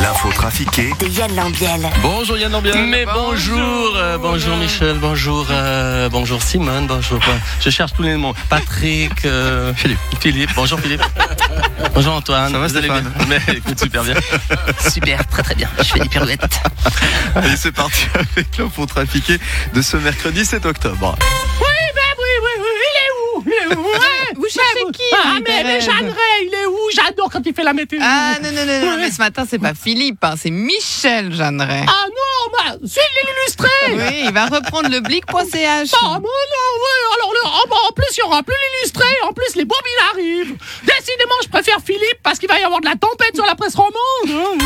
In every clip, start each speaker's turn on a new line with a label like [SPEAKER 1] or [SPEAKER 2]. [SPEAKER 1] L'info trafiquée
[SPEAKER 2] de Yann Lambiel.
[SPEAKER 3] Bonjour Yann Ambiel.
[SPEAKER 4] Mais bonjour, bonjour, euh, bonjour Michel, bonjour, euh, bonjour Simone, bonjour. euh, je cherche tous les noms. Patrick, euh,
[SPEAKER 3] Philippe.
[SPEAKER 4] Philippe, bonjour Philippe. Bonjour Antoine.
[SPEAKER 3] Ça va,
[SPEAKER 4] Vous allez
[SPEAKER 3] Stéphane Eh,
[SPEAKER 4] bien Mais écoute, super bien.
[SPEAKER 5] Super, très très bien. Je fais des pirouettes.
[SPEAKER 3] Allez, c'est parti avec l'info trafiquée de ce mercredi 7 octobre.
[SPEAKER 6] Vous cherchez qui Ah, mais, mais Jeanne Ray, il est où J'adore quand il fait la météo.
[SPEAKER 5] Ah non, non, non, non, mais ce matin, c'est pas Philippe, hein, c'est Michel Jeanneret.
[SPEAKER 6] Ah non, bah, c'est l'illustré
[SPEAKER 5] Oui, il va reprendre le blic.ch.
[SPEAKER 6] Ah, mais non, ouais, alors le, oh, bah, en plus, il y aura plus l'illustré, en plus, les bobines arrivent. Décidément, je préfère Philippe parce qu'il va y avoir de la tempête sur la presse romande.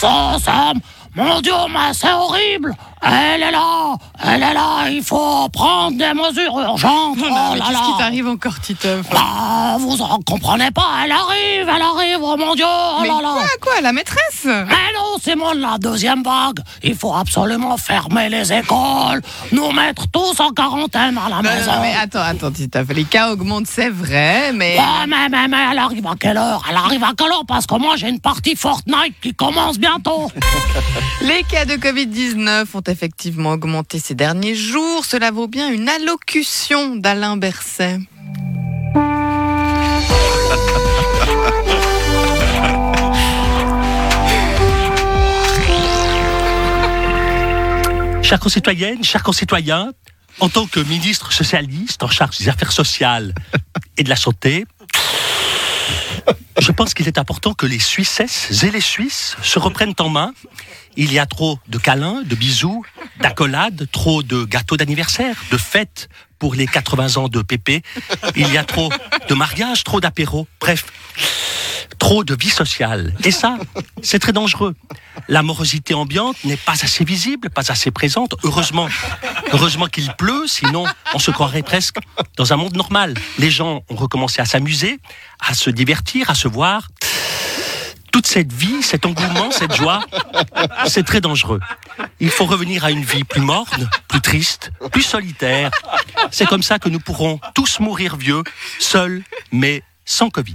[SPEAKER 6] ça, ça, mon Dieu, mais c'est horrible. Elle est là, elle est là, il faut prendre des mesures urgentes.
[SPEAKER 5] Oh là là, Qu'est-ce qui t'arrive encore, Titeuf
[SPEAKER 6] Ah, vous en comprenez pas, elle arrive, elle arrive, oh mon Dieu, oh
[SPEAKER 5] Mais
[SPEAKER 6] là là. Ah,
[SPEAKER 5] quoi, quoi, la maîtresse
[SPEAKER 6] Mais non, c'est mon la deuxième vague. Il faut absolument fermer les écoles, nous mettre tous en quarantaine à la
[SPEAKER 5] Non,
[SPEAKER 6] maison.
[SPEAKER 5] non, mais attends, attends, Titeuf, les cas augmentent, c'est vrai, mais...
[SPEAKER 6] Ouais, Ah, mais, mais, mais elle arrive à quelle heure Elle arrive à quelle heure Parce que moi, j'ai une partie Fortnite qui commence bientôt.
[SPEAKER 5] Les cas de Covid-19 ont effectivement augmenté ces derniers jours. Cela vaut bien une allocution d'Alain Berset.
[SPEAKER 4] Chers concitoyennes, chers concitoyens, en tant que ministre socialiste en charge des affaires sociales et de la santé, je pense qu'il est important que les Suissesses et les Suisses se reprennent en main. Il y a trop de câlins, de bisous, d'accolades, trop de gâteaux d'anniversaire, de fêtes pour les 80 ans de Pépé. Il y a trop de mariages, trop d'apéros. Bref, trop de vie sociale. Et ça, c'est très dangereux. La morosité ambiante n'est pas assez visible, pas assez présente. Heureusement, heureusement qu'il pleut, sinon on se croirait presque dans un monde normal. Les gens ont recommencé à s'amuser, à se divertir, à se voir. Toute cette vie, cet engouement, cette joie, c'est très dangereux. Il faut revenir à une vie plus morne, plus triste, plus solitaire. C'est comme ça que nous pourrons tous mourir vieux, seuls, mais sans Covid.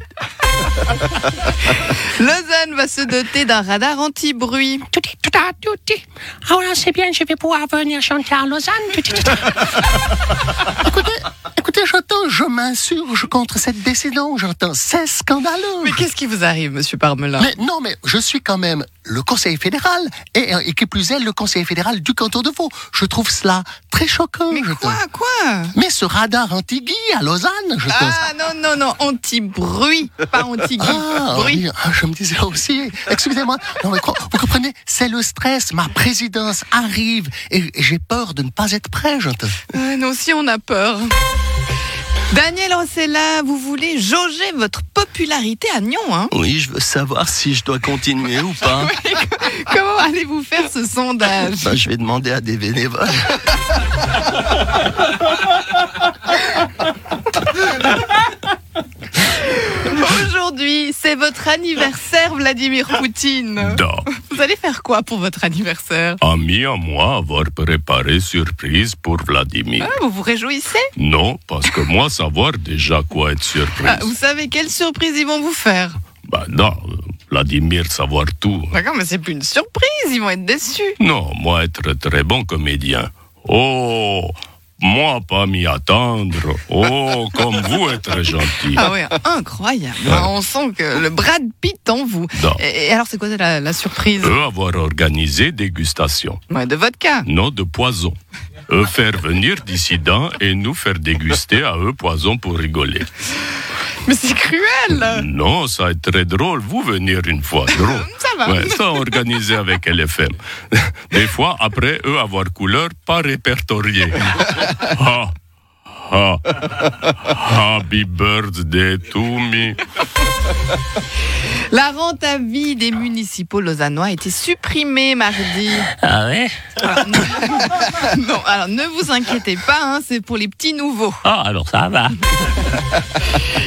[SPEAKER 5] Lausanne va se doter d'un radar anti-bruit.
[SPEAKER 6] Tout est, tout à tout est. Ah ouais, c'est bien, je vais pouvoir venir chanter à Lausanne. Tout est, tout est. écoutez, écoutez, j'entends, je m'insurge contre cette décision, j'entends, c'est scandaleux.
[SPEAKER 5] Mais qu'est-ce qui vous arrive, monsieur Parmelin
[SPEAKER 7] Mais non, mais je suis quand même le conseiller fédéral et, euh, et qui plus est, le conseiller fédéral du canton de Vaud. Je trouve cela très choquant.
[SPEAKER 5] Mais
[SPEAKER 7] je
[SPEAKER 5] quoi,
[SPEAKER 7] te-
[SPEAKER 5] quoi
[SPEAKER 7] mais ce radar anti-Guy à Lausanne, je te-
[SPEAKER 5] Ah non, non, non, anti-bruit, pas anti-guy.
[SPEAKER 7] Ah,
[SPEAKER 5] bruit.
[SPEAKER 7] oui, ah, je me disais aussi, excusez-moi, non mais quoi, vous comprenez, c'est le stress, ma présidence arrive et et j'ai peur de ne pas être prêt, je te-
[SPEAKER 5] Ah, non, si on a peur. Daniel Rossella, vous voulez jauger votre popularité à Nyon, hein
[SPEAKER 4] Oui, je veux savoir si je dois continuer ou pas.
[SPEAKER 5] Comment allez-vous faire ce sondage
[SPEAKER 4] Ben, je vais demander à des bénévoles.
[SPEAKER 5] Aujourd'hui, c'est votre anniversaire, Vladimir Poutine.
[SPEAKER 8] Da.
[SPEAKER 5] Vous allez faire quoi pour votre anniversaire
[SPEAKER 8] Ami à moi avoir préparé surprise pour Vladimir.
[SPEAKER 5] Ah, Vous vous réjouissez
[SPEAKER 8] Non, parce que moi savoir déjà quoi être
[SPEAKER 5] Ah,
[SPEAKER 8] surprise.
[SPEAKER 5] Vous savez quelle surprise ils vont vous faire
[SPEAKER 8] Bah non, Vladimir savoir tout.
[SPEAKER 5] D'accord, mais c'est plus une surprise, ils vont être déçus.
[SPEAKER 8] Non, moi être très bon comédien. Oh, moi pas m'y attendre. Oh, comme vous être gentil.
[SPEAKER 5] Ah ouais, incroyable. Ah, On sent que le Brad Pitt en vous.
[SPEAKER 8] Da.
[SPEAKER 5] Et, et alors, c'est quoi la, la surprise
[SPEAKER 8] Eux avoir organisé dégustation,
[SPEAKER 5] Ouais, de vodka.
[SPEAKER 8] non de poison. Eux faire venir dissidents et nous faire déguster à eux poison pour rigoler.
[SPEAKER 5] Mais c'est cruel
[SPEAKER 8] Non, ça est très drôle. Vous venir une fois, drôle.
[SPEAKER 5] Ça va.
[SPEAKER 8] Ouais, ça organisé avec LFM. Des fois, après eux avoir couleur, pas répertorié. Ah, ah, happy birthday to me.
[SPEAKER 5] La rente à vie des municipaux lausannois a été supprimée mardi.
[SPEAKER 4] Ah ouais
[SPEAKER 5] Alors, non, non, alors ne vous inquiétez pas, hein, c'est pour les petits nouveaux.
[SPEAKER 4] Ah, alors ça va.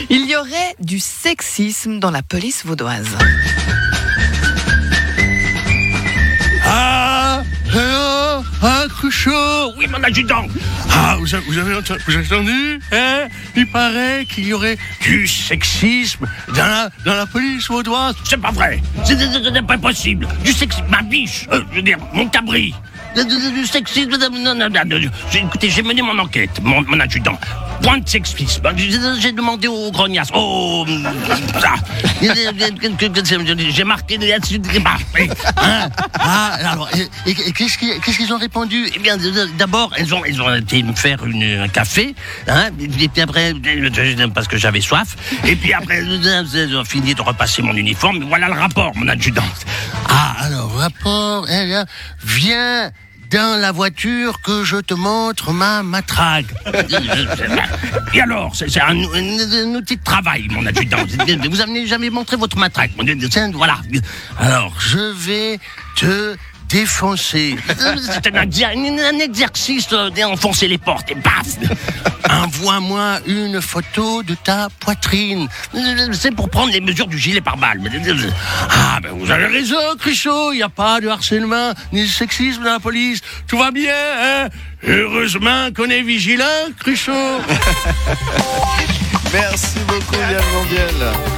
[SPEAKER 5] Il y aurait du sexisme dans la police vaudoise.
[SPEAKER 3] oh,
[SPEAKER 9] tout chaud. Oui, mon adjudant. Ah, vous avez, vous avez ent- vous avez entendu
[SPEAKER 4] Eh,
[SPEAKER 9] hein Il paraît qu'il y aurait du sexisme dans la, dans la police vaudoise.
[SPEAKER 4] C'est pas vrai. C'est c'est- c'est- c'est pas possible. Du sexisme, ma biche. Euh, je veux dire, mon cabri. Du, du- du sexisme. Non, non, non, non. J'ai- Écoutez, j'ai mené mon enquête, mon, mon adjudant. Point de sexisme. Bah, J'ai- J'ai demandé au grognasse. Oh, ça. J'ai marqué des
[SPEAKER 10] Hein ah, alors, et, et- et qu'est-ce qui- qu'est-ce qu'ils ont répondu
[SPEAKER 4] Eh bien, d- d- d'abord, elles ont, elles ont été me faire une, un café, hein, et puis après, euh, parce que j'avais soif, et puis après, euh, elles ont fini de repasser mon uniforme, voilà le rapport, mon adjudant.
[SPEAKER 10] Ah, alors, rapport, eh bien, viens dans la voiture que je te montre ma matraque.
[SPEAKER 4] Et alors, c'est c'est un, un- un outil de travail, mon adjudant. Vous n'avez jamais montré votre matraque, mon adjudant, voilà. Alors,
[SPEAKER 10] Je vais te défoncer.
[SPEAKER 4] c'est un, exer- un exercice euh, d'enfoncer les portes, et paf
[SPEAKER 10] Envoie-moi une photo de ta poitrine.
[SPEAKER 4] C'est pour prendre les mesures du gilet pare-balles.
[SPEAKER 10] Ah, ben vous avez raison, Cruchot, il n'y a pas de harcèlement ni de sexisme dans la police. Tout va bien, hein Heureusement qu'on est vigilant, Cruchot.
[SPEAKER 3] Merci beaucoup, Yann Mondial.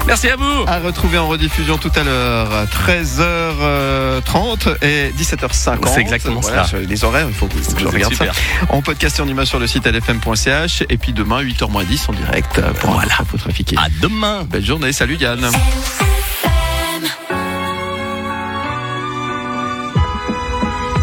[SPEAKER 11] Merci à vous.
[SPEAKER 3] À retrouver en rediffusion tout à l'heure, à 13h30 et 17h50.
[SPEAKER 12] C'est exactement
[SPEAKER 3] Voilà,
[SPEAKER 12] ça.
[SPEAKER 3] sur Les horaires, il faut que, faut que je
[SPEAKER 12] C'est
[SPEAKER 3] regarde
[SPEAKER 12] super.
[SPEAKER 3] ça. En podcast et en image sur le site lfm.ch. Et puis demain, 8h10 en direct pour voilà. trafiquer.
[SPEAKER 12] À demain.
[SPEAKER 3] Belle journée. Salut Yann.
[SPEAKER 13] RTL.